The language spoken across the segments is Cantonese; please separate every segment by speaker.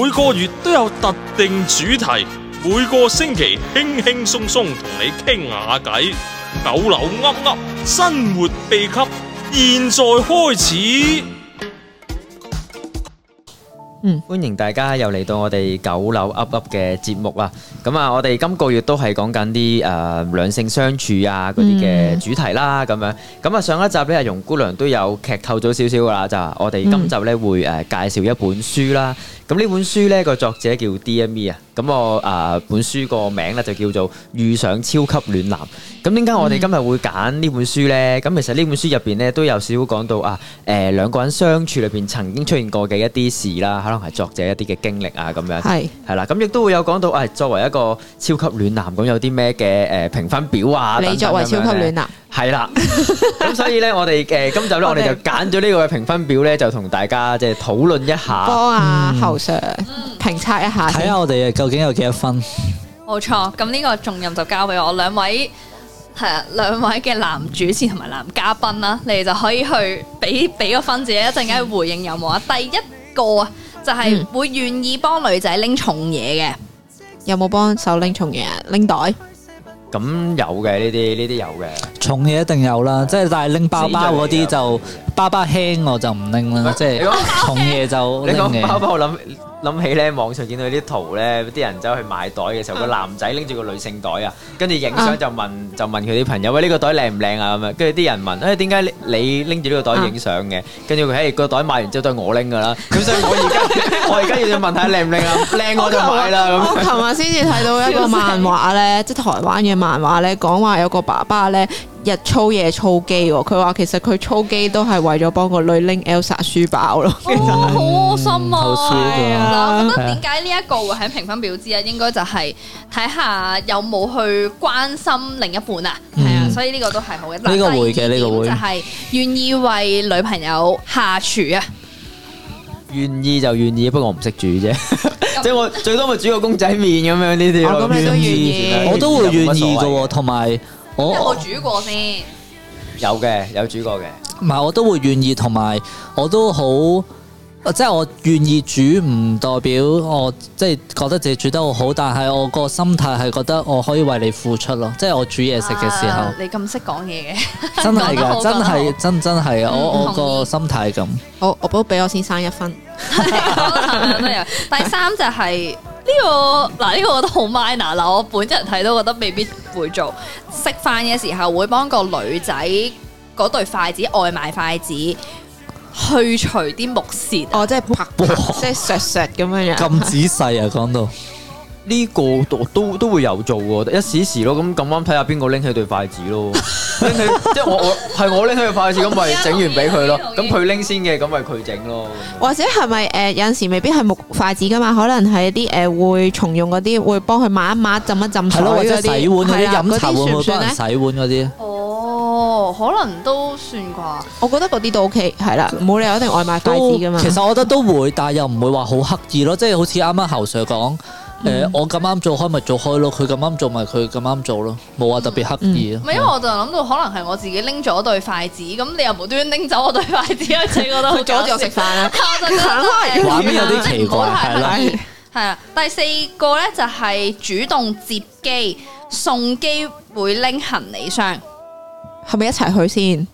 Speaker 1: 每個月都有特定主題，每個星期輕輕鬆鬆同你傾下偈，九樓噏噏生活秘笈，現在開始。
Speaker 2: 歡迎大家又嚟到我哋九樓噏噏嘅節目啊！咁啊，我哋今個月都係講緊啲誒兩性相處啊嗰啲嘅主題啦，咁樣咁啊上一集呢，阿容姑娘都有劇透咗少少噶啦，就係我哋今集呢會誒介紹一本書啦。咁呢本書呢個作者叫 DME 啊，咁我誒本書個名呢就叫做《遇上超級暖男》。咁點解我
Speaker 3: 嗯
Speaker 2: 哋今日會揀呢本書呢？咁其實呢本書入邊呢都有少少講到啊，誒兩個人相處裏邊曾經出現過嘅一啲事啦，可能係作者一啲嘅經歷啊咁樣。
Speaker 3: 係
Speaker 2: 係啦，咁亦都會有講到，誒、啊作為一個超級暖男，咁有啲咩嘅誒評分表啊？
Speaker 3: 你作為超級暖
Speaker 2: 男，
Speaker 3: 男，
Speaker 2: 係啦，咁所以咧，我哋誒、今集咧，我哋就揀咗呢個嘅評分表咧，就同大家即係討論一下。
Speaker 3: 幫阿侯 Sir 評測一下
Speaker 4: 睇
Speaker 3: 先
Speaker 4: 下。我哋究竟有幾多分？
Speaker 5: 冇錯，咁呢個重任就交俾我兩位係啊，兩位嘅男主持同埋男嘉賓啦，你哋就可以去俾俾個分自己一陣間回應有冇啊？第一個啊，就係會願意幫女仔拎重嘢嘅，
Speaker 3: 有冇幫手拎重嘢啊？拎袋
Speaker 2: 咁有嘅呢啲，呢啲有嘅。
Speaker 4: 重嘢一定有啦，即係但係拎包包嗰啲
Speaker 2: 死咗
Speaker 4: 就包包輕我就唔拎啦，即
Speaker 2: 你
Speaker 4: 係
Speaker 2: 講
Speaker 4: 重嘢就
Speaker 2: 你
Speaker 4: 拎
Speaker 2: 講包
Speaker 4: 嘅。
Speaker 2: 包，我諗諗起咧，網上見到啲圖咧，啲人走去買袋嘅時候，個男仔拎住個女性袋啊，跟住影
Speaker 3: 啊
Speaker 2: 相就問就問佢啲朋友喂呢個袋靚唔靚啊咁樣，跟住啲人問誒點解你你拎住呢個袋影相嘅？跟住佢誒個袋買完之後都係我拎㗎啦，咁所以我而家 我而家要問下靚唔靚啊？靚我就買啦咁。
Speaker 3: 我琴日先至睇到一個漫畫咧，即係台灣嘅漫畫咧，講話有個爸爸咧日操夜操機喎。佢話其實佢操機都係為咗幫個女拎 Elsa 書包咯。
Speaker 5: 哦好窩心啊！
Speaker 4: 嗯好 sweet 啊
Speaker 5: 嗱，我
Speaker 4: 係
Speaker 5: 覺得
Speaker 4: 啊
Speaker 5: 點解呢一個會喺評分表之一，應該就係睇下有冇去關心另一半啊，係啊，
Speaker 4: 嗯
Speaker 5: 所以呢個都係好嘅。
Speaker 4: 呢個會嘅
Speaker 5: 第二點
Speaker 4: 呢個會
Speaker 5: 就係願意為女朋友下廚啊。
Speaker 2: 願意就願意，不過我唔識煮啫，即係我最多咪煮個公仔麵咁樣呢啲
Speaker 3: 哦
Speaker 2: 咯。
Speaker 3: 咁你都願意
Speaker 4: 我都會願意嘅
Speaker 2: 冇乜所謂
Speaker 4: 喎，同埋
Speaker 5: 即係我
Speaker 4: 我
Speaker 5: 煮過先，
Speaker 2: 有嘅，有煮過嘅。
Speaker 4: 唔係我都會願意，同埋我都好。即係我願意煮，唔代表我即係覺得自己煮得好好，但係我個心態係覺得我可以為你付出咯。即係我煮嘢食嘅時候，
Speaker 5: 啊你咁識講嘢嘅，
Speaker 4: 真係
Speaker 5: 講得
Speaker 4: 㗎，
Speaker 5: 好
Speaker 4: 真
Speaker 5: 講得
Speaker 4: 係
Speaker 5: 好
Speaker 4: 真真係啊！我我
Speaker 5: 嗯同
Speaker 4: 個
Speaker 5: 意
Speaker 4: 心態係咁。
Speaker 3: 好，我都俾我先生一分。
Speaker 5: 都有。第三就係呢個嗱，呢個我覺得好 minor 嗱，我本人睇都覺得未必會做。食飯嘅時候會幫個女仔嗰對筷子外賣筷子去除啲木屑。啊
Speaker 3: 哦，即係拍拍，即係削削咁樣樣。
Speaker 4: 咁仔細啊，講到
Speaker 2: 呢個都都都會有做喎，一時時咯，咁咁啱睇下邊個拎起對筷子咯，拎起即係我我係我拎起對筷子，咁咪整完俾佢咯，咁佢拎先嘅，咁咪佢整咯。
Speaker 3: 或者係咪誒有陣時未必係木筷子噶嘛？可能係啲誒會重用嗰啲，會幫佢抹一抹、浸一浸
Speaker 4: 係
Speaker 3: 水
Speaker 4: 咯，或者
Speaker 3: 嗰
Speaker 4: 洗碗
Speaker 3: 啲。
Speaker 4: 嗰啲
Speaker 3: 係啊
Speaker 4: 飲茶會
Speaker 3: 嗰啲
Speaker 4: 唔
Speaker 3: 算
Speaker 4: 會
Speaker 3: 唔
Speaker 4: 幫人
Speaker 3: 算咧？
Speaker 4: 洗碗嗰啲？
Speaker 5: 哦，可能都算啩。
Speaker 3: 我覺得嗰啲都 OK，係啦，冇理由一定外賣筷
Speaker 4: 都
Speaker 3: 子噶嘛。
Speaker 4: 其實我覺得都會，但係又唔會話好刻意咯。即係好似啱啱侯 Sir 講，誒、我咁啱做開咪做開咯，佢咁啱做咪佢咁啱做咯，冇話特別刻意咯。啊
Speaker 5: 唔係因為我就諗到可能係我自己拎咗對筷子，咁你又無端端拎走我對筷子，我就覺得好
Speaker 3: 佢阻住我食飯啊啦。
Speaker 5: 搞笑， 我就覺得真係
Speaker 4: 畫面有啲奇怪，
Speaker 5: 唔好太
Speaker 4: 係啦。
Speaker 5: 刻意係啊，第四個咧就係主動接機送機會拎行李箱，
Speaker 3: 係咪一齊去先？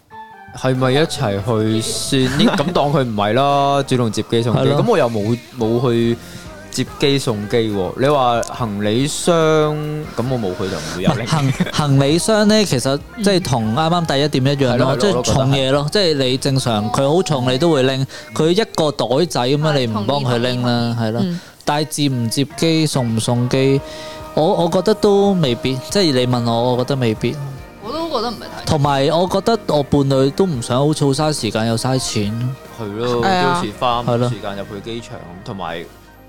Speaker 2: 係咪一齊去算？ 呢咁當佢唔係啦，主動接機送機。
Speaker 4: 係咯
Speaker 2: 咁我又冇冇去接機送機喎。你話行李箱，咁我冇去就唔會有拎。
Speaker 4: 行 行李箱咧，其實即係同啱啱第一點一樣
Speaker 2: 係咯係咯
Speaker 4: 咯，即
Speaker 2: 我都
Speaker 4: 係
Speaker 2: 覺得
Speaker 4: 重嘢咯，即係你正常佢好重你都會拎，佢一個袋仔咁樣
Speaker 5: 係
Speaker 4: 你唔幫佢拎啦，係咯
Speaker 3: 嗯。
Speaker 4: 但係接唔接機送唔送機，我我覺得都未必，即係你問我，我覺得未必。
Speaker 5: 我都覺得唔係太。
Speaker 4: 同埋我覺得我伴侶都唔想好似好嘥時間又嘥錢，
Speaker 2: 係咯，
Speaker 3: 係啊
Speaker 2: 到時花
Speaker 4: 係
Speaker 2: 咁
Speaker 4: 咯
Speaker 2: 時間入去機場，同埋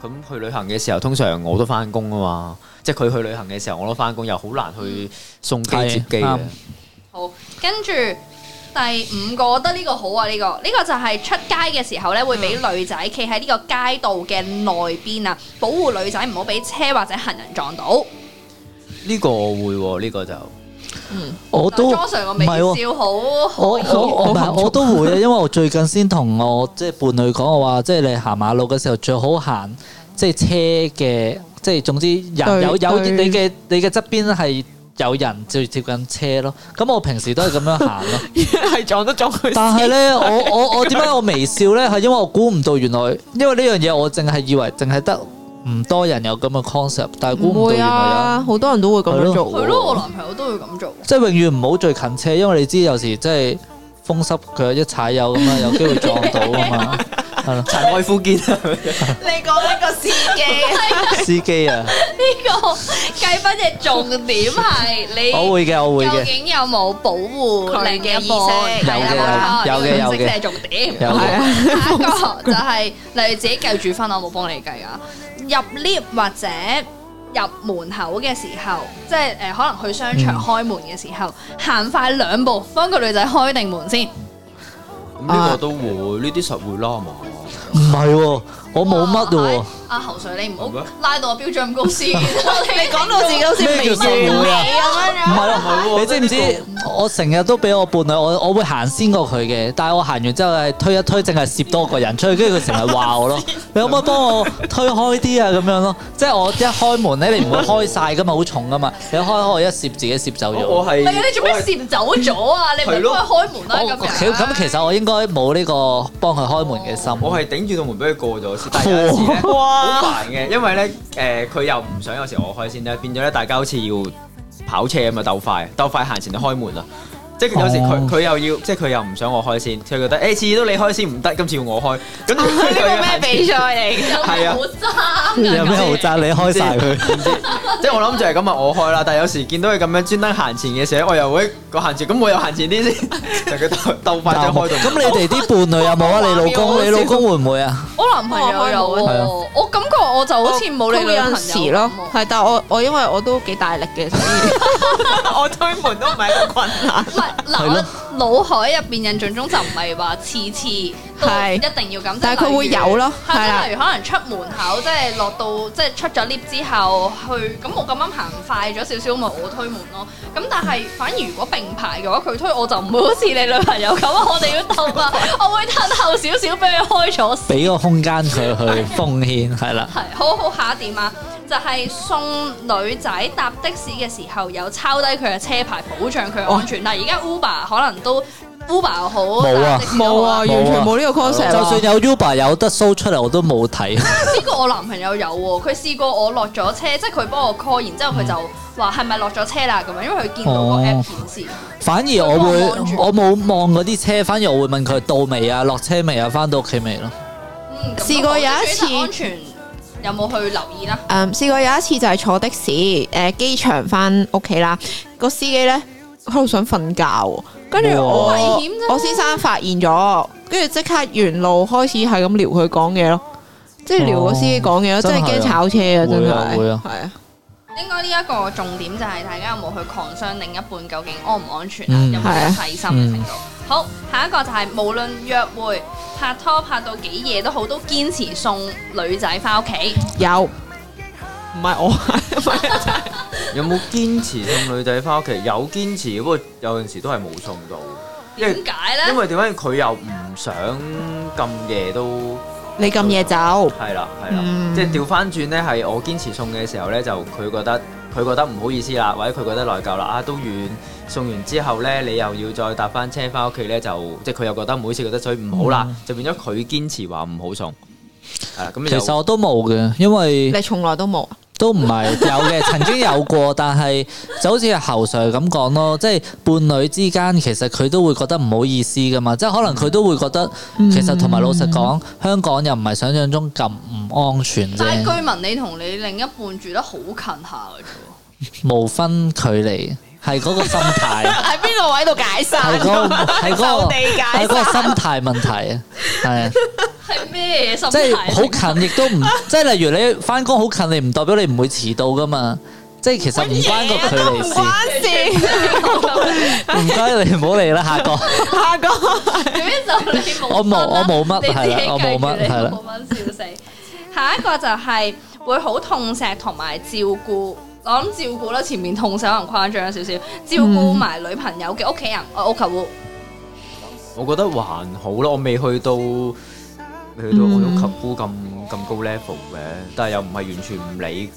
Speaker 2: 咁去旅行嘅時候，通常我都翻工啊嘛，即係佢去旅行嘅時候，我都翻工，又好難去送機
Speaker 4: 係
Speaker 2: 接機嘅
Speaker 4: 啱。
Speaker 5: 好，跟住第五個，我覺得呢個好啊，呢、個呢、個就係出街嘅時候咧，會俾女仔企喺呢個街道嘅內邊啊，保護女仔唔好俾車或者行人撞到。
Speaker 2: 呢個我會喎，呢個就
Speaker 4: 我都
Speaker 5: 嗱，John Sir 個微
Speaker 4: 唔係喎
Speaker 5: 笑好，
Speaker 4: 我我我唔係我都會啊，因為我最近先同我即係伴侶講，我話即係你行馬路嘅時候最好行即係車嘅，即係總之人有有
Speaker 3: 對
Speaker 4: 你嘅你嘅側邊係有人最接近車咯。咁我平時都係咁樣行 咯。
Speaker 3: 系撞都撞佢先。
Speaker 4: 但係咧，我我我點解我微笑咧？係因為我估唔到原來，因為呢樣嘢我淨係以為淨係得唔多人有咁嘅 concept，但係估
Speaker 3: 唔
Speaker 4: 唔到
Speaker 3: 會
Speaker 4: 原來有
Speaker 3: 啊，。好多人都會咁樣做。
Speaker 5: 係
Speaker 4: 哦
Speaker 5: 咯，我。男朋友都會咁做。
Speaker 4: 即係永遠唔好最近車，因為你知有時即係風濕佢一踩油 咁啊，有機會撞到啊 嘛。係咯，
Speaker 2: 陳愛夫堅
Speaker 4: 啊
Speaker 3: 你講呢個司機，
Speaker 4: 司機啊，
Speaker 5: 呢個計分嘅重點係你
Speaker 4: 我會嘅，我會
Speaker 5: 究
Speaker 4: 嘅，
Speaker 5: 竟有冇保護另一
Speaker 3: 佢嘅
Speaker 5: 半？
Speaker 3: 意識
Speaker 5: 係
Speaker 4: 有
Speaker 5: 啦
Speaker 4: 嘅有嘅有嘅
Speaker 5: 冇錯呢個意識係重點。
Speaker 4: 有
Speaker 3: 係
Speaker 4: 嘅。
Speaker 3: 啊，
Speaker 5: 下一個就係、例如自己計住分，我冇幫你計啊。入 lift 或者入門口嘅時候，即係誒、呃可能去商場
Speaker 4: 嗯
Speaker 5: 開門嘅時候，行快兩步，幫個女仔開定門先。
Speaker 2: 呢
Speaker 4: 啊
Speaker 2: 個都會，呢啲實會啦係嘛。
Speaker 4: 唔係喎，我冇乜
Speaker 5: 哇
Speaker 4: 喎
Speaker 5: 哎。阿侯 Sir，你唔
Speaker 2: 係咩
Speaker 5: 好拉到我標準咁高先。你
Speaker 3: 你講到自己好似
Speaker 4: 咩
Speaker 3: 微
Speaker 4: 叫
Speaker 3: 笑
Speaker 4: 社會
Speaker 3: 咁
Speaker 4: 啊唔
Speaker 3: 樣。
Speaker 4: 係
Speaker 2: 係喎
Speaker 4: 咯，你知唔知我成日都俾我伴侶，我我會行先過佢嘅，但係我行完之後係推一推，淨係攝多個人出去，跟住佢成日話 我咯，你可唔可以幫我推開啲啊咁樣咯？即係我一開門咧，你唔會開晒噶嘛，好重噶嘛，你一開開我一攝自己攝走咗。
Speaker 2: 我係
Speaker 5: 唔係啊你做咩攝走咗啊？你
Speaker 2: 係
Speaker 5: 唔
Speaker 2: 咯
Speaker 5: 幫佢開門啦
Speaker 4: 我
Speaker 5: 咁
Speaker 4: 其
Speaker 5: 樣。
Speaker 4: 咁其實我應該冇呢個幫佢開門嘅心。
Speaker 2: 我係頂住道門俾佢過咗先，但係有陣時咧好煩嘅，因為咧誒佢又唔想有時我開先咧，變咗咧大家好似要跑車咁啊鬥快，鬥快行前就開門啦。即係有時佢
Speaker 4: 哦
Speaker 2: 佢又要，即係佢又唔想我開先，佢覺得誒次次都你開先唔得，今次要我開，咁
Speaker 3: 呢
Speaker 2: 呢
Speaker 3: 個咩比賽嚟㗎？
Speaker 2: 係啊
Speaker 5: 好爭㗎
Speaker 4: 有咩好讚？你開晒佢，
Speaker 2: 即係我諗就係咁啊，我開啦。但係有時見到佢咁樣專登行前嘅時候，我又會個行前，咁我又行前啲先，就佢鬥鬥快咗開到
Speaker 4: 咁你哋啲伴侶有冇啊？你老公，你老公會唔會啊？
Speaker 5: 我男朋友有
Speaker 4: 係
Speaker 5: 喎
Speaker 4: 啊，
Speaker 5: 我感覺我就好似冇
Speaker 3: 我
Speaker 5: 你女
Speaker 3: 有
Speaker 5: 朋友
Speaker 3: 陣時咯
Speaker 5: 咁，喎
Speaker 3: 係，但我我因為我都幾大力嘅，所以 我推門都唔係咁困難
Speaker 5: 唔。係
Speaker 4: 係
Speaker 5: 嗱
Speaker 4: 咯，
Speaker 5: 我腦海入邊印象中就唔係話次次都
Speaker 3: 係
Speaker 5: 一定要咁，
Speaker 3: 但係
Speaker 5: 即係
Speaker 3: 佢會
Speaker 5: 例如
Speaker 3: 有咯
Speaker 5: 係
Speaker 3: 係
Speaker 5: 啦
Speaker 3: 啦
Speaker 5: 例如可能出門口，即係落到即係出咗 lift 之後去，咁我咁啱行快咗少少，咪我推門咯。咁但係反而如果並排嘅話，佢推我就唔會好似你女朋友咁啊，我哋要 鬥啊，我會褪後少少俾佢開咗先。
Speaker 4: 俾個空間佢去奉獻，係啦。
Speaker 5: 係好好下一點啊，就係、送女仔搭的士嘅時候有抄低佢嘅車牌，保障佢嘅
Speaker 3: 哦
Speaker 5: 安全。但係而家 Uber 可能都 Uber 又好，
Speaker 4: 冇啊
Speaker 5: 搭的士又
Speaker 3: 冇
Speaker 5: 好
Speaker 3: 啊，完全冇呢個 concept
Speaker 4: 就
Speaker 3: 啊
Speaker 4: 算有 Uber 有得 show 出嚟，我都冇 睇。
Speaker 5: 呢個我男朋友有喎，佢試過我落咗車，即係佢幫我 call，然之後佢
Speaker 3: 嗯
Speaker 5: 就話係咪落咗車啦咁樣，因為佢見到個
Speaker 4: 哦
Speaker 5: app 顯示。
Speaker 4: 反而我會
Speaker 5: 佢望住
Speaker 4: 我冇望嗰啲車，反而我會問佢到未啊，落車未啊，翻到屋企未咯。
Speaker 5: 嗯，咁
Speaker 3: 試過有一次
Speaker 5: 我覺得安全有冇去留意啦？
Speaker 3: 誒嗯試過有一次就係坐的士誒、機場翻屋企啦，個司機咧喺度想瞓覺喎，跟住我
Speaker 4: 哇
Speaker 5: 危險啫
Speaker 3: 我先生發現咗，跟住即刻沿路開始係咁撩佢講嘢咯，即係撩個司機講嘢咯，
Speaker 4: 哦
Speaker 3: 真係驚
Speaker 4: 真係啊
Speaker 3: 炒車啊！真
Speaker 4: 會啊
Speaker 3: 係
Speaker 4: 會啊
Speaker 3: 係啊，
Speaker 5: 應該呢一個重點就係大家有冇去 concern 另一半究竟安唔安全啊，
Speaker 4: 嗯
Speaker 5: 有冇細心嘅程度。好，下一個就係無論約會、拍拖拍到幾夜都好，都堅持送女仔翻屋企。
Speaker 3: 有唔係我係唔係
Speaker 2: 有冇堅持送女仔翻屋企？有堅持，不過有陣時都係冇送到，因為
Speaker 5: 點解呢？
Speaker 2: 因為點解佢又唔想咁夜都
Speaker 3: 你咁夜 走，
Speaker 2: 係啦係啦，
Speaker 3: 嗯
Speaker 2: 即係調翻轉咧係我堅持送嘅時候咧，就佢覺得佢覺得唔好意思啦，或者佢覺得內疚啦，啊都遠送完之後咧，你又要再搭翻車翻屋企咧，就即係佢又覺得唔好意思，覺得所以唔好啦，就變咗佢堅持話唔好送，係啦，咁
Speaker 4: 嗯其
Speaker 2: 就
Speaker 4: 實我都冇嘅，因為
Speaker 3: 你從來都冇啊
Speaker 4: 都唔係有嘅，曾經有過，但係就好似侯 Sir 咁講咯，即係伴侶之間其實佢都會覺得唔好意思噶嘛，即係可能佢都會覺得
Speaker 3: 嗯
Speaker 4: 其實同埋老實講，香港又唔係想像中咁唔安全
Speaker 5: 但
Speaker 4: 啫，
Speaker 5: 係居民你同你另一半住得好近下嘅啫
Speaker 4: 無分距離，係嗰個心 態，
Speaker 3: 喺邊個位度解散
Speaker 4: 係嗰個係嗰
Speaker 3: 就
Speaker 4: 個
Speaker 3: 地
Speaker 4: 係
Speaker 3: 解
Speaker 4: 嗰個心態問題啊，係啊。
Speaker 5: 喎，係咩心
Speaker 4: 即
Speaker 5: 態啊
Speaker 4: 係
Speaker 5: 嚟？
Speaker 4: 好近，亦都唔即係例如你翻工好近，你唔代表你唔會遲到噶嘛。即係其實唔關個距離事，
Speaker 3: 關事，
Speaker 4: 唔該你唔好理啦，下個
Speaker 3: 下個
Speaker 5: 總之就你冇
Speaker 4: 我冇我冇乜
Speaker 5: 你自己
Speaker 4: 係啦我冇乜
Speaker 5: 計住你
Speaker 4: 係啦
Speaker 5: 冇乜笑死。下一個就係會好痛錫同埋照顧。我諗照顧啦，前面痛錫可能誇張少少，照顧
Speaker 4: 嗯
Speaker 5: 埋女朋友嘅屋企人，我屋企戶
Speaker 2: 我覺得還好咯，我未去到未去到我屋及姑咁咁高 level 嘅，但係又唔係完全唔理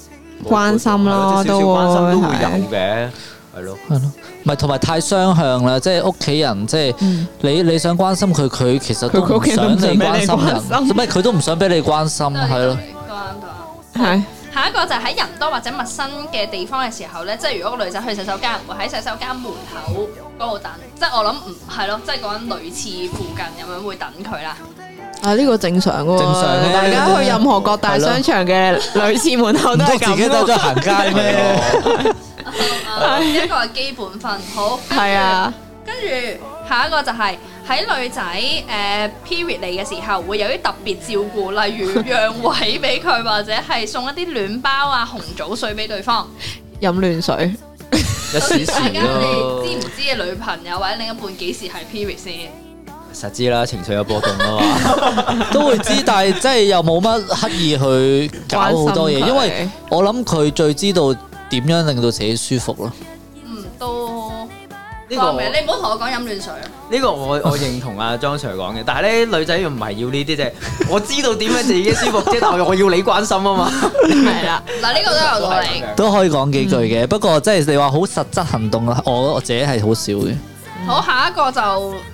Speaker 2: 嗰個
Speaker 3: 關心咯
Speaker 2: 係少少
Speaker 3: 都會
Speaker 2: 關心都會
Speaker 3: 係
Speaker 2: 有嘅，係咯。
Speaker 4: 係咯，唔係同埋太雙向啦，即係屋企人，即係
Speaker 3: 嗯
Speaker 4: 你你想關心佢，佢其實都
Speaker 3: 佢佢
Speaker 4: 唔
Speaker 3: 屋企
Speaker 4: 想
Speaker 3: 都唔
Speaker 4: 你
Speaker 3: 想俾
Speaker 4: 關
Speaker 3: 你
Speaker 4: 心人，
Speaker 3: 關心
Speaker 4: 唔係佢都唔想俾你關心，嗯係咯。
Speaker 5: 啱到。
Speaker 3: 係
Speaker 5: 下一個就係喺人多或者陌生嘅地方嘅時候咧，即係如果個女仔去洗手間，唔會喺洗手間門口嗰度等，即係我諗唔係咯，即係講緊女廁附近咁樣會等佢啦。
Speaker 3: 啊呢個正常嘅喎，
Speaker 4: 正常嘅
Speaker 3: 大家去任何各大
Speaker 4: 係咯
Speaker 3: 商場嘅女廁門口
Speaker 4: 唔
Speaker 3: 都
Speaker 4: 通
Speaker 3: 係
Speaker 4: 自
Speaker 3: 咁
Speaker 4: 己都
Speaker 3: 喎
Speaker 4: 咗行 街咩？
Speaker 5: 啊一個係基本分，好
Speaker 3: 係啊，
Speaker 5: 跟住下一個就係、喺女仔誒、呃 period 嚟嘅時候，會有啲特別照顧，例如讓位俾佢，或者係送一啲暖包啊、紅棗水俾對方。
Speaker 3: 飲暖水。
Speaker 2: 一時啊
Speaker 5: 大
Speaker 2: 時
Speaker 5: 家
Speaker 2: 咯
Speaker 5: 你，知唔知嘅女朋友或者另一半幾時係 period 先？
Speaker 2: 實知啦，情緒有波動 啊嘛。
Speaker 4: 都會知，但係即係又冇乜刻意去搞好多嘢，
Speaker 3: 關心佢
Speaker 4: 因為我諗佢最知道點樣令到自己舒服咯。
Speaker 5: 嗯，都
Speaker 2: 呢個我
Speaker 5: 明你唔好同我講飲暖水。
Speaker 2: 呢個我我認同阿莊 Sir 講嘅，但係咧女仔唔係要呢啲 啫，我知道點樣自己舒服啫，但係我要你關心啊 嘛。
Speaker 3: 係啦，
Speaker 5: 嗱，呢個都有道理。
Speaker 4: 都可以講幾句嘅，
Speaker 3: 嗯
Speaker 4: 不過即係你話好實質行動啦，我我自己係好少嘅。
Speaker 5: 好，下一個就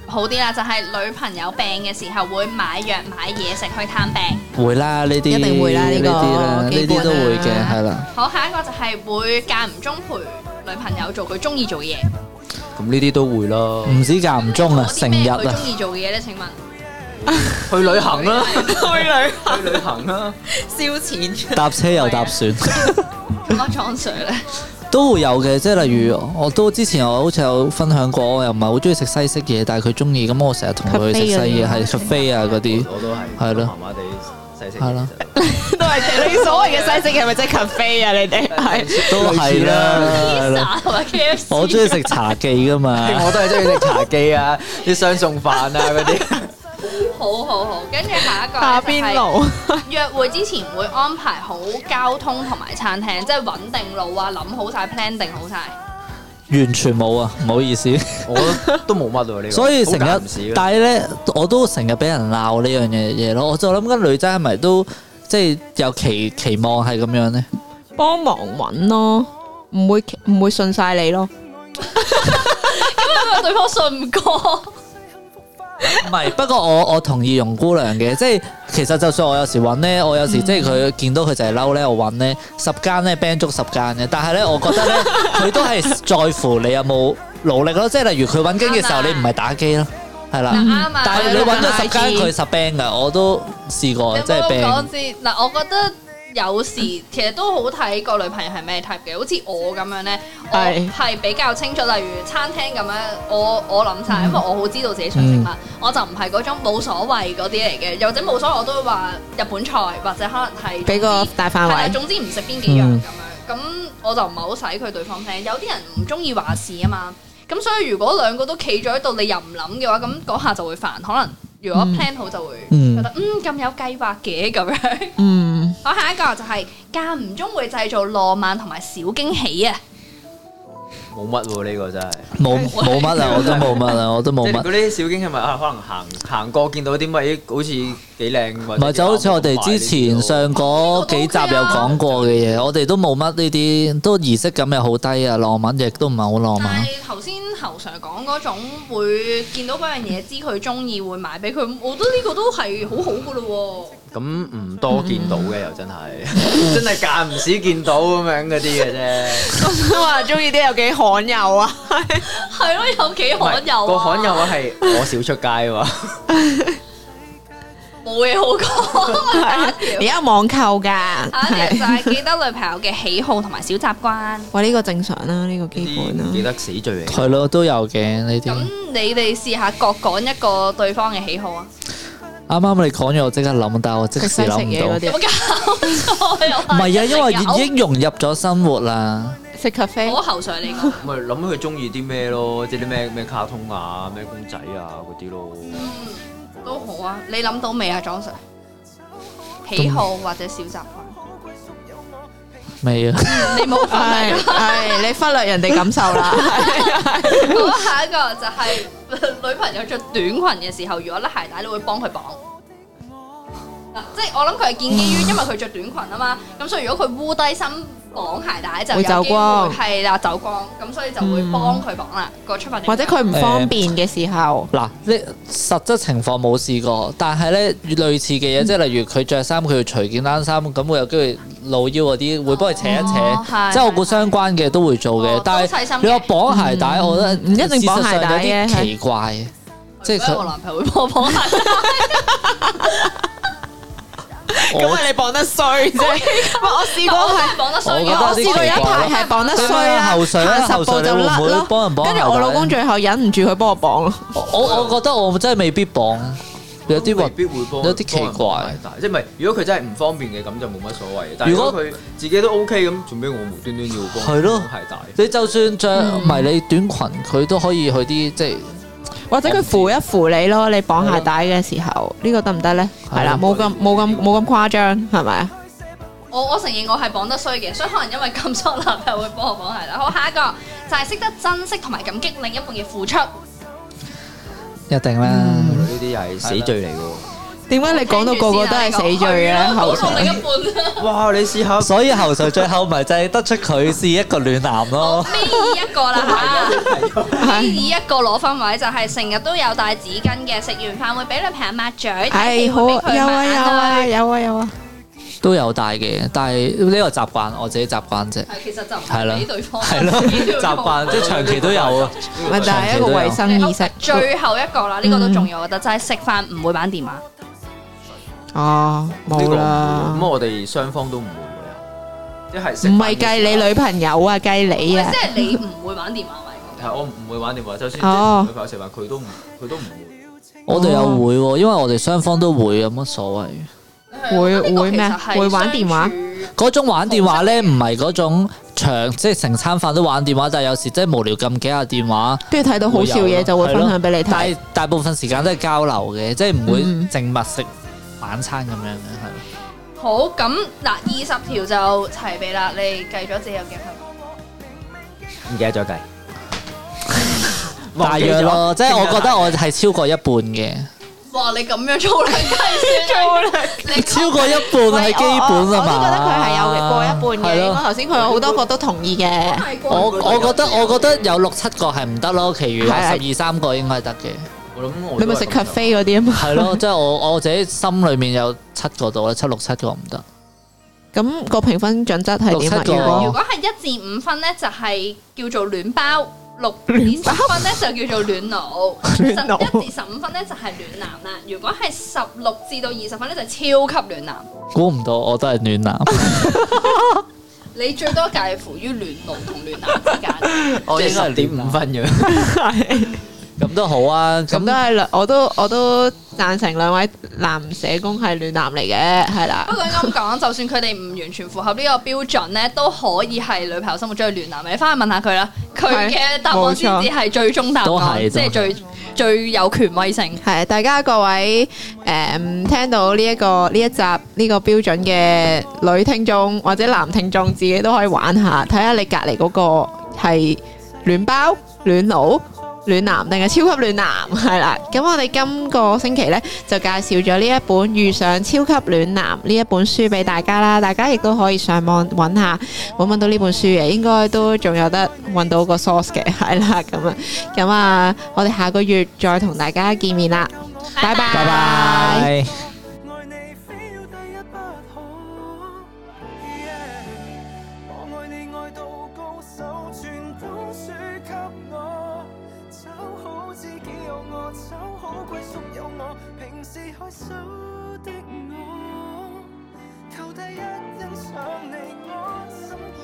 Speaker 5: 好啲啦，就係、女朋友病嘅時候會買藥買嘢食去探病。
Speaker 4: 會啦，呢啲
Speaker 3: 一定會啦呢個
Speaker 4: 呢啲啦，呢
Speaker 3: 基本
Speaker 4: 啲
Speaker 3: 啊
Speaker 4: 都會嘅，係啦。
Speaker 5: 好，下一個就係會間唔中陪女朋友做佢中意做嘅嘢。
Speaker 2: 咁呢啲都 會咯，
Speaker 4: 唔止間唔中啊，成日
Speaker 5: 佢
Speaker 4: 啊
Speaker 5: 中，意做嘅嘢咧？請問
Speaker 2: 去旅行 啦，
Speaker 3: 去旅
Speaker 2: 去旅行啦。
Speaker 3: 燒錢。
Speaker 4: 搭車又搭船，
Speaker 3: 啊
Speaker 5: 阿莊 Sir 咧，
Speaker 4: 都會有嘅。即係例如，我都之前我好似有分享過，我又唔係好中意食西式嘢，但係佢中意，咁我成日同佢去食西嘢，係
Speaker 3: cafe 嗰啲
Speaker 4: cafe 啊嗰 啲。
Speaker 2: 我都係，
Speaker 4: 係咯
Speaker 2: 麻麻地細聲。
Speaker 4: 係咯
Speaker 3: 都係你所謂嘅西式係咪即係 cafe 啊？你哋係
Speaker 4: 都 係啦。
Speaker 5: Pizza 同埋啊 K F C，
Speaker 4: 我中意食茶記噶嘛，
Speaker 2: 我都係中意食茶記 啊，啲雙餸飯啊嗰啲。
Speaker 5: 好好好。跟住下一個
Speaker 3: 打
Speaker 5: 邊
Speaker 3: 邊爐，
Speaker 5: 約會之前會安排好交通同埋餐廳，即係揾定路啊，諗好晒 plan 定好晒。
Speaker 4: 完全冇啊，唔好 意思。
Speaker 2: 我都冇乜喎呢個，
Speaker 4: 所以成
Speaker 2: 好間唔時啊嘅，
Speaker 4: 日但係咧，我都成日俾人鬧呢樣嘢嘢咯。我就諗緊女仔係咪都即係有期期望係咁樣咧？
Speaker 3: 幫忙揾咯，唔會唔會信晒你咯。
Speaker 5: 因為對方信唔過，
Speaker 4: 唔係，不過我我同意容姑娘嘅，即係其實就算我有時揾咧，我有時即係佢見到佢就係嬲咧，我揾咧十間咧 band 足十間嘅，但係咧我覺 得咧佢都係在乎你有冇努力咯，即係例如佢揾經嘅時候，
Speaker 5: 啱啊
Speaker 4: 你唔係打機咯，係啦。
Speaker 5: 嗱
Speaker 3: 嗯
Speaker 5: 啱啊。
Speaker 4: 但嗯係你啊揾咗十間佢十 band 㗎，我都試過，即係
Speaker 5: 你
Speaker 4: band
Speaker 5: 講。先嗱，我覺得有時其實都好睇個女朋友係咩 type 嘅，好似我咁樣咧，我
Speaker 3: 係
Speaker 5: 係比較清楚，例如餐廳咁樣，我我諗
Speaker 3: 嗯
Speaker 5: 晒，因為我好知道自己想食乜，我就唔係嗰種冇所謂嗰啲嚟嘅，又或者冇所謂我都會話日本菜或者可能係
Speaker 3: 俾個大範
Speaker 5: 係啦，
Speaker 3: 圍，
Speaker 5: 總之唔食邊幾樣
Speaker 4: 啊嗯
Speaker 5: 咁樣，咁我就唔係好使佢對方聽。有啲人唔中意話事啊嘛，咁所以如果兩個都企咗喺度，你又唔諗嘅話，咁嗰下就會煩。可能如果 plan 好就會
Speaker 4: 嗯
Speaker 5: 覺得嗯咁有計劃嘅咁 樣。
Speaker 3: 嗯，
Speaker 5: 我下一個就係間唔中會製造浪漫同埋小驚喜啊！
Speaker 2: 冇乜喎呢個真係。
Speaker 4: 冇冇乜 啊，我都冇乜啊，我都
Speaker 2: 即
Speaker 4: 冇
Speaker 2: 係
Speaker 4: 乜
Speaker 2: 嗰。啲小驚係咪啊？可能行行過見到啲乜好似幾靚或
Speaker 4: 唔
Speaker 2: 者
Speaker 4: 係就好似我哋之前上嗰幾集有講啊過嘅嘢，我哋都冇乜呢啲，都儀式感又好低啊，浪漫亦都唔係好浪
Speaker 5: 但
Speaker 4: 漫
Speaker 5: 係。頭先侯 Sir 講嗰種會見到嗰樣嘢知佢中意會買俾佢，我覺得呢個都係好好噶咯
Speaker 2: 咁唔多見到嘅又真 係，真係間唔時見到咁樣嗰啲嘅啫。
Speaker 3: 話中意啲有幾罕有啊？
Speaker 5: 喎。係咯，有幾 罕有啊？
Speaker 2: 個罕有係我少出街喎，
Speaker 5: 冇嘢好講。下一 條
Speaker 3: 而家網購噶，
Speaker 5: 下啊一條就
Speaker 3: 係
Speaker 5: 係記得女朋友嘅喜好同埋小習 慣。
Speaker 3: 喂呢個正常啦，呢個基
Speaker 2: 呢
Speaker 3: 本
Speaker 2: 啲唔記
Speaker 3: 啦。
Speaker 2: 得死罪嚟。
Speaker 4: 係咯，都有嘅呢啲。
Speaker 5: 咁你哋試下各講一個對方嘅喜好 啊！
Speaker 4: 啱啱你講咗，我即刻諗，但係我即時
Speaker 3: 食西食
Speaker 4: 諗
Speaker 3: 嘢
Speaker 4: 唔
Speaker 3: 嗰
Speaker 4: 到。
Speaker 5: 有冇
Speaker 3: 啲，
Speaker 5: 搞錯又
Speaker 4: 唔係啊，因為
Speaker 5: 有
Speaker 4: 已經融入咗生活啦。
Speaker 3: 食 cafe
Speaker 5: 我喉上你講，
Speaker 2: 咪諗佢中意啲咩咯，即係啲咩咩卡通啊、咩公仔啊嗰啲咯。
Speaker 5: 都好啊！你諗到未啊，莊 Sir？喜好或者小習慣，
Speaker 4: 未啊？
Speaker 5: 你冇份啊
Speaker 3: 係係你忽略人哋感受啦。
Speaker 5: 好，下一個就係女朋友着短裙嘅時候，如果甩鞋帶，你會幫佢綁。嗱，即係我諗佢係建基於，因為佢着短裙啊嘛，咁所以如果佢烏低身綁鞋帶就有
Speaker 3: 會
Speaker 5: 機
Speaker 3: 走
Speaker 5: 會
Speaker 3: 光嗯
Speaker 5: 係啦走光，咁所以就會幫佢綁啦個出發點。
Speaker 3: 或者佢唔方便嘅時候，
Speaker 4: 嗱，呢實質情況冇試過，但係咧類似嘅嘢，即係例如佢着衫，佢要除件冷衫，咁會有機會露腰嗰啲，會幫佢扯一
Speaker 5: 哦
Speaker 4: 扯。
Speaker 5: 係
Speaker 4: 即係我估相關嘅都會做嘅
Speaker 5: 哦，
Speaker 4: 但
Speaker 5: 都細心
Speaker 4: 係
Speaker 5: 嘅
Speaker 4: 你話綁鞋帶，我覺得
Speaker 3: 唔一定
Speaker 4: 事實
Speaker 3: 綁鞋
Speaker 4: 上
Speaker 3: 帶嘅
Speaker 4: 有
Speaker 3: 係
Speaker 4: 啲奇怪嘅，即係
Speaker 5: 所以我
Speaker 4: 佢
Speaker 5: 男朋友會幫我綁鞋帶。
Speaker 3: 咁啊咪你綁得衰啫。喂我 試過係。
Speaker 5: 綁得衰
Speaker 4: 我
Speaker 5: 嘅
Speaker 4: 覺得
Speaker 5: 話
Speaker 3: 我
Speaker 4: 有啲
Speaker 3: 試過有
Speaker 4: 奇
Speaker 3: 一
Speaker 4: 怪咯
Speaker 3: 排係綁得
Speaker 4: 你
Speaker 3: 衰啦，
Speaker 4: 問
Speaker 3: 行
Speaker 4: 後
Speaker 3: 十
Speaker 4: 水咧後
Speaker 3: 步
Speaker 4: 水
Speaker 3: 就
Speaker 4: 你會唔
Speaker 3: 甩
Speaker 4: 會
Speaker 3: 咯。
Speaker 4: 幫人綁
Speaker 3: 跟住
Speaker 4: 後
Speaker 3: 我
Speaker 4: 帶
Speaker 3: 老公最後忍唔住佢幫我綁咯。
Speaker 4: 我我覺得我真係未必綁，有啲核
Speaker 2: 未必會幫
Speaker 4: 有啲奇怪
Speaker 2: 幫人買大即係唔係？如果佢真係唔方便嘅，咁就冇乜所謂。但係
Speaker 4: 如
Speaker 2: 如
Speaker 4: 果
Speaker 2: 果佢自己都 OK 咁，做咩我無端端要幫
Speaker 4: 係咯
Speaker 2: 幫鞋帶？
Speaker 4: 你就算着迷你短裙，佢都可以去啲即係。
Speaker 3: 或者佢扶一扶你咯，你綁鞋帶嘅時候，呢個得唔得咧？
Speaker 4: 係
Speaker 3: 係啦，冇咁冇咁冇咁誇張，係咪啊？
Speaker 5: 我我承認我係綁得衰嘅，所以可能因為咁所以我男朋友會幫我綁鞋帶。好，下一個就係識得珍惜同埋感激另一半嘅付出。
Speaker 4: 一定啦，
Speaker 2: 呢啲又係死罪嚟嘅
Speaker 3: 點解你講到個個都係死罪嘅咧？後
Speaker 5: 我啊另一
Speaker 3: 生
Speaker 5: 半。啊
Speaker 2: 喎。哇！你試 下
Speaker 4: 所以後來最後咪就係得出佢是一個暖男
Speaker 5: 我
Speaker 4: 咯。
Speaker 5: 尾二一個 啦嚇，尾二一個攞分位就係成日都有帶紙巾嘅，食完飯會俾女朋友抹嘴，
Speaker 3: 係
Speaker 5: 睇
Speaker 3: 好
Speaker 5: 戲會俾佢
Speaker 3: 有
Speaker 5: 抹
Speaker 3: 啊有啊
Speaker 5: 眼淚。
Speaker 3: 有啊有啊，
Speaker 4: 都有帶嘅，但係呢個習慣我自己習慣啫，
Speaker 5: 係其實就唔
Speaker 4: 係
Speaker 5: 係
Speaker 4: 咯
Speaker 5: 俾對方，
Speaker 4: 係 咯，
Speaker 5: 自己都要
Speaker 4: 習
Speaker 5: 做
Speaker 4: 慣即係長期都有啊。
Speaker 3: 咪就係一個衞生意識
Speaker 5: 最後一個啦，呢個都重要，我覺得就係食飯唔會玩電話。
Speaker 3: 哦，
Speaker 2: 呢
Speaker 3: 冇
Speaker 2: 個唔會
Speaker 3: 啦
Speaker 2: 咁，我哋雙方都唔會嘅，即係食
Speaker 3: 唔
Speaker 2: 飯
Speaker 3: 係計你女朋友啊，計你
Speaker 5: 喂
Speaker 3: 啊
Speaker 5: 即，係你唔會玩電話咪？
Speaker 2: 係我唔會玩電話，就算
Speaker 3: 哦
Speaker 2: 同女朋友食飯，佢都唔佢都唔會。
Speaker 4: 我哋又會喎，因為我哋雙方都會，有乜所謂？
Speaker 3: 會
Speaker 5: 呢個
Speaker 3: 會咩啊
Speaker 5: 其實係
Speaker 3: 會玩電話
Speaker 5: 相處
Speaker 4: 嗰種玩電話咧，唔係嗰種長，即係成餐飯都玩電話，但係有時真係無聊撳幾下電話。
Speaker 3: 跟住睇到好笑嘢就會分享俾你
Speaker 4: 係咯但
Speaker 3: 睇
Speaker 4: 係。大部分時間都係交流嘅，即係唔會
Speaker 3: 嗯
Speaker 4: 靜默食晚餐咁樣嘅，
Speaker 5: 好咁嗱，二十條就齊備啦。你計咗自己有幾
Speaker 2: 唔
Speaker 5: 多
Speaker 2: 記得 咗計，
Speaker 4: 係大約咯。 即係我覺得我係超過一半嘅，
Speaker 5: 分？哇！你咁樣粗略計算，粗略你
Speaker 4: 超過一半係基本啦嘛。
Speaker 3: 我都覺得佢係有過一半嘅。
Speaker 4: 係
Speaker 3: 應
Speaker 4: 咯
Speaker 3: 該頭先佢有好多個都同意嘅。
Speaker 5: 係過
Speaker 4: 我我覺得我覺得有六七個係唔得咯，其餘有十
Speaker 3: 係啊
Speaker 4: 二三個應該得嘅，
Speaker 2: 我諗我
Speaker 3: 你咪食咖
Speaker 2: 咖
Speaker 3: 啡嗰
Speaker 2: 啡，
Speaker 3: 啲啊嘛。
Speaker 4: 係 咯，即係我我自己心裏面有七個度啦，七六七個唔得，
Speaker 3: 咁個評分準則係點啊？
Speaker 4: 六七個
Speaker 3: 如
Speaker 5: 如
Speaker 3: 果
Speaker 5: 果係一至五分咧，就係叫做暖包；六至十分咧就叫做暖腦；
Speaker 3: 暖
Speaker 5: 十
Speaker 3: 腦
Speaker 5: 一至十五分咧就係暖男啦。如果係十六至到二十分咧，就係超級暖男。
Speaker 4: 估唔到我都係暖 男，
Speaker 5: 你最多介乎於暖爐同暖男之間。
Speaker 4: 我
Speaker 2: 即
Speaker 4: 應該
Speaker 2: 係十
Speaker 4: 係
Speaker 2: 點
Speaker 4: 暖
Speaker 2: 五
Speaker 4: 男，
Speaker 2: 分嘅。
Speaker 4: 咁都好啊，咁
Speaker 3: 咁都係兩，我都我都贊成兩位男社工係暖男嚟嘅，係啦
Speaker 5: 不。過啱講，就算佢哋唔完全符合呢個標準咧，都可以係女朋友心目中嘅暖男。你翻去問下佢啦，佢嘅答案先至係最終答
Speaker 4: 都係
Speaker 5: 案，即係最最有權威性。
Speaker 3: 係大家各位誒、嗯聽到呢、一個呢一集呢、個標準嘅女聽眾或者男聽眾，自己都可以玩下，睇下你隔離嗰個係暖包、暖腦、暖男定係超級暖男 係啦。咁我哋今個星期呢，就介紹咗呢一本《遇上超級暖男》呢一本書俾大家啦，大家亦都可以上網揾下，揾揾到呢本書嘅，應該都仲有得揾到個 source 嘅， 係啦咁啊。咁啊，我哋下個月再同大家見面啦，拜拜。
Speaker 5: 拜
Speaker 3: 拜
Speaker 4: 係。
Speaker 6: 愛你非要第一不可。Yeah，我愛你愛到高手，全都輸給我。找好知己有我，找好歸宿有我，平時害羞的我，求第一欣賞你我，心